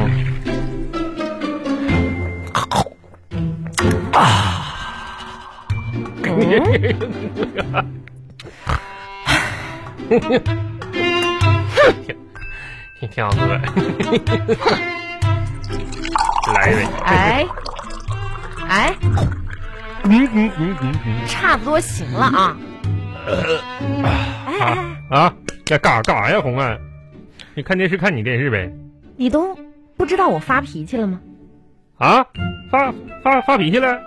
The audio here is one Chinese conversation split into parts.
嗯，挺挺好喝的， 来呗，哎，哎，嗯嗯嗯嗯差不多行了啊。呃啊哎哎哎，嗯，啊，要干啥干啥呀，红啊？你看电视看你电视呗，你都不知道我发脾气了吗？啊，发发发脾气了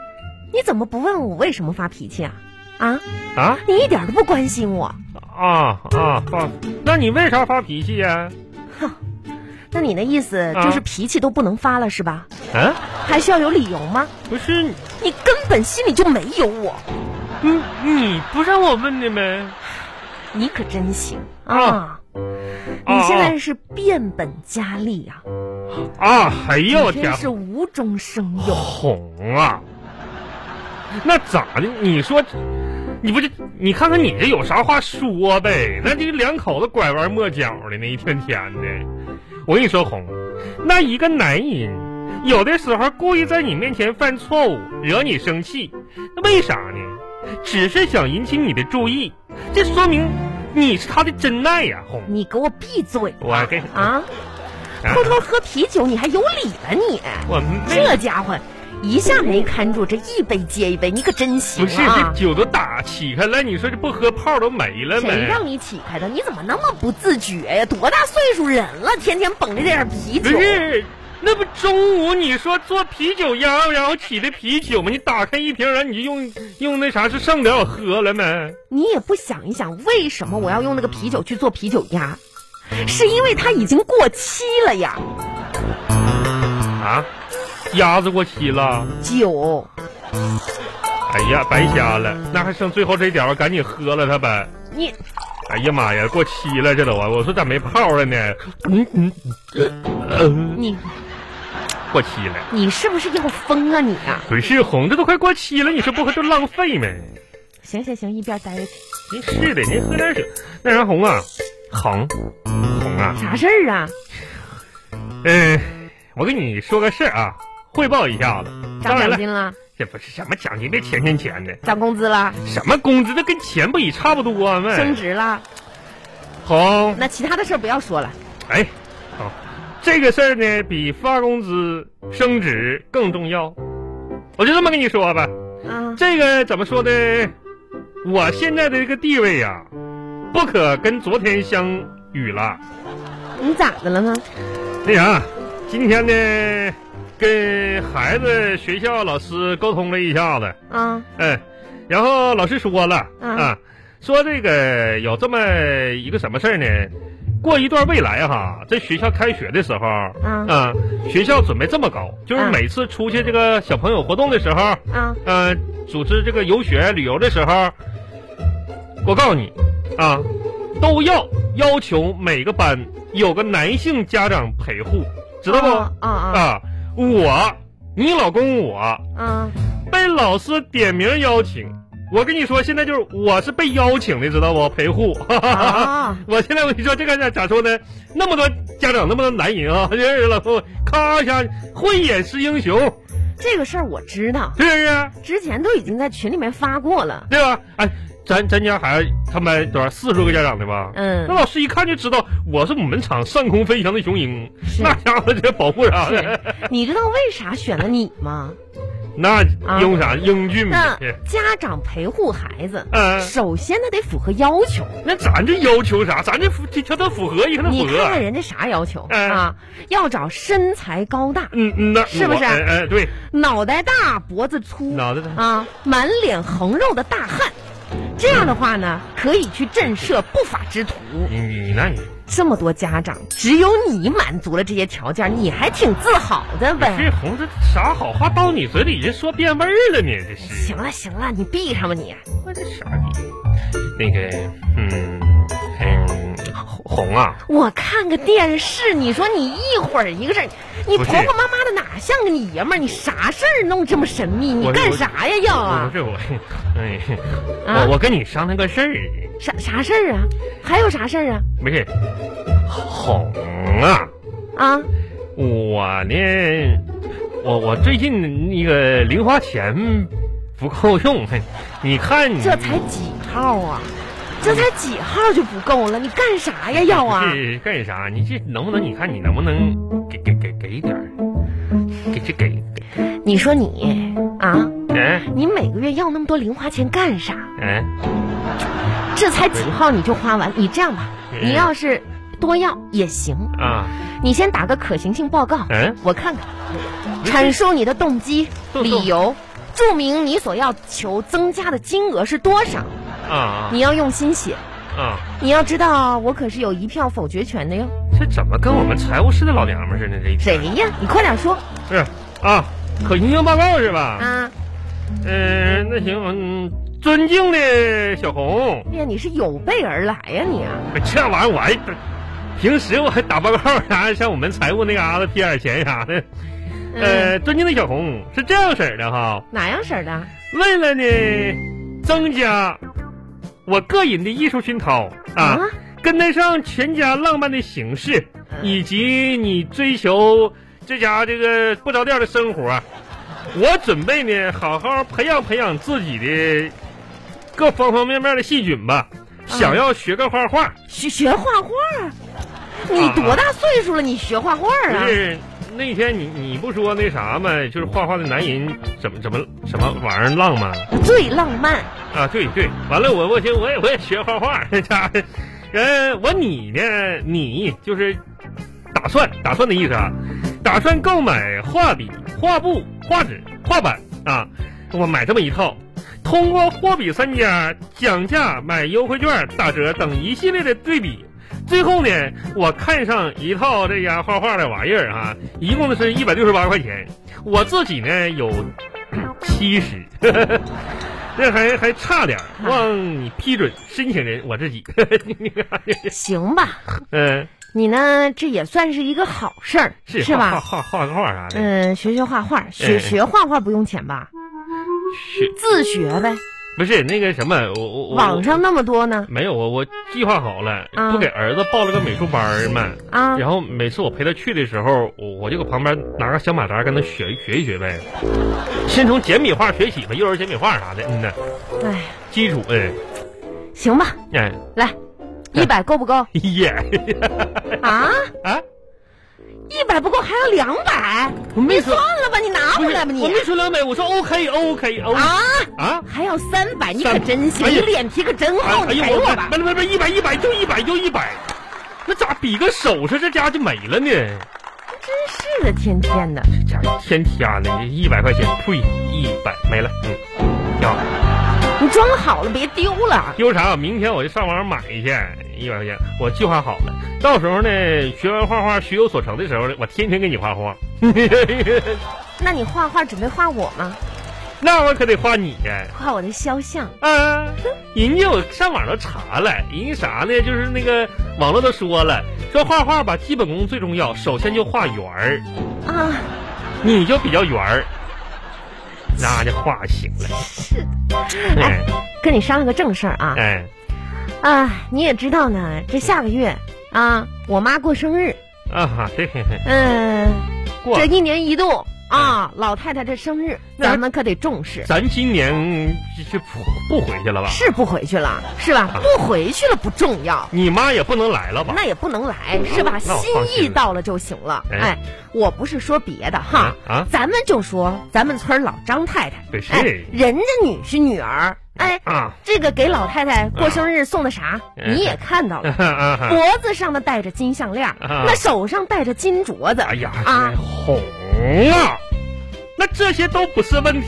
你怎么不问我为什么发脾气啊？啊，啊？你一点都不关心我。啊啊发，那你为啥发脾气呀、那你的意思啊就是脾气都不能发了是吧？嗯、还需要有理由吗？不是你你根本心里就没有我，你你不让我问的呗？你可真行啊啊！你现在啊是变本加厉呀、啊，啊，哎呀，我你天真，是无中生有。红啊！那咋的？你说，你不就你看看你这有啥话说呗？那这两口子拐弯抹角的呢，一天天的。我跟你说，红，那一个男人有的时候故意在你面前犯错误，惹你生气，那为啥呢？只是想引起你的注意，这说明你是他的真爱呀、红。你给我闭嘴吧！我给嗯啊，偷偷喝啤酒，你还有理了你？我没这家伙一下没看住，这一杯接一杯，你可真行不是这啊！酒都打起开了，你说这不喝泡都没了谁没？让你起开的？你怎么那么不自觉呀？多大岁数人了，天天捧着这点啤不酒，是，哎那不中午你说做啤酒鸭，然后起的啤酒吗？你打开一瓶，然后你就用用那啥是剩的，我喝了没？你也不想一想，为什么我要用那个啤酒去做啤酒鸭？是因为它已经过期了呀，啊，鸭子过期了，酒。哎呀，白瞎了，那还剩最后这点儿，我赶紧喝了它呗。你哎呀妈呀，过期了这都啊！我说咋没泡了呢？嗯嗯，呃呃你过期了，你是不是要疯啊你啊？不是红，这都快过期了，你说不喝就浪费没？行行行，一边待着去，您是的，您喝点水。那啥红啊，红，红啊，啥事儿啊？嗯，我跟你说个事儿啊，汇报一下子。当涨然奖了，金了，这不是什么奖金，别钱钱钱的，涨工资了，什么工资，那跟钱不也差不多啊吗、升职了。红，那其他的事儿不要说了。哎，好、这个事儿呢，比发工资、升职更重要。我就这么跟你说吧，啊，这个怎么说呢？我现在的这个地位呀、不可跟昨天相与了。你咋的了呢？那啥，今天呢，跟孩子学校老师沟通了一下子，啊，嗯，然后老师说了嗯啊，说这个有这么一个什么事儿呢？过一段未来哈，在学校开学的时候，嗯啊，学校准备这么搞，就是嗯每次出去这个小朋友活动的时候，啊，呃，组织这个游学旅游的时候，我告诉你，啊，都要要求每个班有个男性家长陪护，知道不？啊啊啊，我，你老公我啊啊！被老师点名邀请，我跟你说，现在就是我是被邀请的，知道不？陪护。哈哈哈哈啊， 我现在我跟你说这个咋咋说呢？那么多家长，那么多男人啊， 认识了，咔一下慧眼识英雄，这个事儿我知道，是不是？之前都已经在群里面发 过了。对吧？哎，咱咱家孩子他们班多少四十多个家长的吧？嗯那，老师一看就知道我是我们厂上空飞翔的雄鹰，是那家伙这保护啥的，你知道为啥选了你吗？ 那啊英啥英俊那呗？家长陪护孩子，嗯、首先那得符合要求。那咱这要求啥？咱这符这条他符合，一看他符你看看合。啊人家啥要求嗯啊？要找身材高大、嗯嗯，那是不是啊我哎哎，对，脑袋大、脖子粗脑袋大啊，满脸横肉的大汉。这样的话呢，可以去震慑不法之徒。你你你那你这么多家长，只有你满足了这些条件，你还挺自豪的这呗。红这啥好话到你嘴里人说变味儿了呢？这是行了行了，你闭上吧你。我这傻逼。那个，嗯嗯，红红啊，我看个电视，你说你一会儿一个事儿，你不婆是婆妈妈的哪像个你爷们儿？你啥事儿弄这么神秘？你我干啥呀要我啊不？是我，哎，啊我我跟你商量个事儿，啥啥事儿啊？还有啥事儿啊？没事，红啊，啊，我呢，我我最近那个零花钱不够用，你看你这才几号啊？这才几号就不够了？你干啥呀？要啊？是干啥？你这能不能？你看你能不能给给给给点儿？给这给你说你啊，嗯你每个月要那么多零花钱干啥？嗯这才几号你就花完？你这样吧，嗯你要是多要也行，啊你先打个可行性报告，嗯，我看看，阐述你的动机、哎动动理由，注明你所要求增加的金额是多少。啊你要用心写，啊！你要知道我可是有一票否决权的哟。这怎么跟我们财务室的老娘们似的？这一谁呀？你快点说是啊，可行性报告是吧？啊！嗯、那行，嗯，尊敬的小红。哎哎呀，你是有备而来呀、你啊！这玩意儿我还平时我还打报告啥，像我们财务那嘎达撇点钱啥的。嗯呃，啊尊敬的小红是这样式儿的哈，哪样式儿的？为了呢增加我个人的艺术熏陶啊，啊跟得上全家浪漫的形式，嗯以及你追求这家这个不着调的生活，我准备呢好好培养培养自己的各方方面面的细菌吧，想要学个画画。学学画画儿？啊你多大岁数了？你学画画儿啊啊不？是那天你你不说那啥吗？就是画画的男人怎么怎么什么玩意儿浪啊吗？最浪漫啊，对对，完了我我寻我也我也学画画，这 家伙，呃，我你呢？你就是打算打算的意思啊，打算购买画笔、画布、画纸、画板啊，我买这么一套。通过货比三家、讲价、买优惠券、打折等一系列的对比，最后呢，我看上一套这家画画的玩意儿啊，一共的是一百六十八块钱，我自己呢有七十。这还还差点儿，啊望你批准申请人我自己。 行吧？嗯，你呢？这也算是一个好事儿，是哎吧？画画画画啥的，嗯，学学画画，学嗯学画画不用钱吧？是自学呗。不是那个什么？我我我网上那么多呢没有我我计划好了，啊不给儿子报了个美术班儿嘛。啊！然后每次我陪他去的时候，我我就搁旁边拿个小马扎跟他学一学一学呗，先从简笔画学起吧，幼儿简笔画啥的，嗯呐，哎，基础嗯行吧，哎 来，一百够不够耶 啊？啊！一百不够还要两百，我没说，算了吧，你拿不回是来吧我你没说两百，我说 OK OK OK 啊！啊还要三百，你可三真行，哎呀哎你脸皮可真厚，你给哎我吧不。不不，一百一百就一百就一百，那咋比个手势，这家就没了呢？真是的，天天的，这家伙天天的，这一百块钱，呸，一百没了，嗯，挺好。你装好了别丢了。丢啥？明天我就上网上买去，一百块钱，我计划好了。到时候呢，学完画画学有所成的时候呢，我天天给你画 画。那你画画准备画我吗？那我可得画你呀、画我的肖像。啊，人家我上网都查了，人家啥呢？就是那个网络都说了，说画画吧，基本功最重要，首先就画圆儿。啊，你就比较圆儿，那就画行了。是，哎跟你商量个正事儿啊哎啊！你也知道呢，这下个月啊，我妈过生日，啊哈，对，嗯、过这一年一度啊，老太太这生日，哎那咱们可得重视。咱今年就就不回去了吧？是不回去了，是啊吧？不回去了不重要，你妈也不能来了吧？那也不能来，是吧？那我心放意心了到了就行了。哎哎，我不是说别的哈，啊啊咱们就说咱们村老张太太，对是哎，人家女婿女儿，哎，啊这个给老太太过生日送的啥，哎你也看到啊了。哈哈！脖子上的戴着金项链，啊那手上戴着金镯子，哎呀，啊，红啊！那这些都不是问题。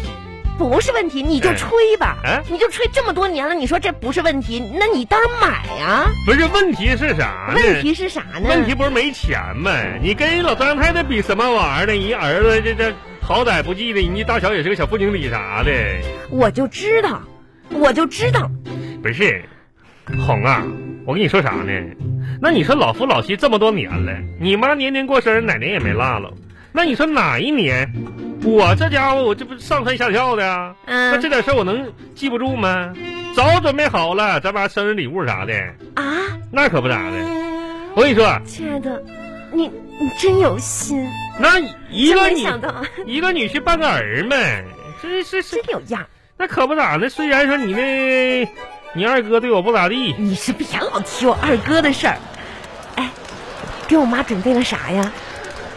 不是问题，你就哎吹吧，哎你就吹这么多年了，你说这不是问题，那你当然买呀、不是问题是啥呢？问题是啥呢？啊问题不是没钱吗？你跟老张太太比什么玩意儿呢？人儿子这这好歹不记得，人家大小也是个小副经理啥的。我就知道，我就知道，不是，红啊，我跟你说啥呢？那你说老夫老妻这么多年了，你妈年年过生日，哪年也没落了。那你说哪一年，我这家伙我这不上蹿下跳的、啊，那嗯这点事儿我能记不住吗？早准备好了，咱妈生日礼物啥的，啊，那可不咋的。我跟你说，亲爱的，你你真有心，那一真个没女想到，一个女婿半个儿呗，这是是真有样。那可不咋的。虽然说你那你二哥对我不咋地，你是别老提我二哥的事儿。哎，给我妈准备了啥呀？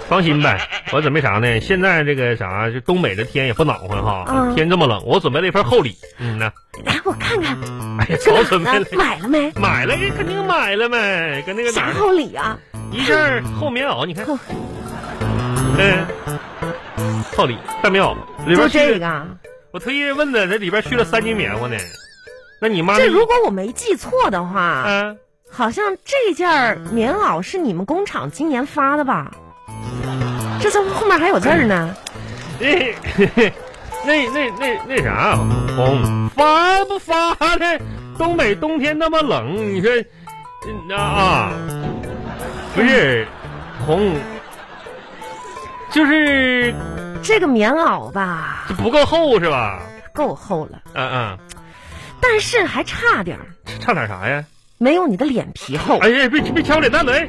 放心呗，我准备啥呢？现在这个啥，就东北的天也不暖和哈，嗯天这么冷，我准备了一份厚礼。嗯呐，来，我看看，哎 呀，早真的准备买了了，买了没？买了哎肯定买了呗，跟那个哪啥儿厚礼啊？一件厚棉袄，你看，哼嗯，厚礼大棉袄，里边就去这了，个啊？我特意问的，这里边去了三斤棉花呢。那你妈这那如果我没记错的话，啊，好像这件儿棉袄是你们工厂今年发的吧？这怎么后面还有字儿呢？那 那那那那啥，红、发不发的？东北冬天那么冷，你说，嗯啊啊，不是，红，就是这个棉袄吧，不够厚是吧？够厚了，嗯、嗯、但是还差点儿，差点啥呀？没有你的脸皮厚。哎呀，别别敲脸蛋子！哎，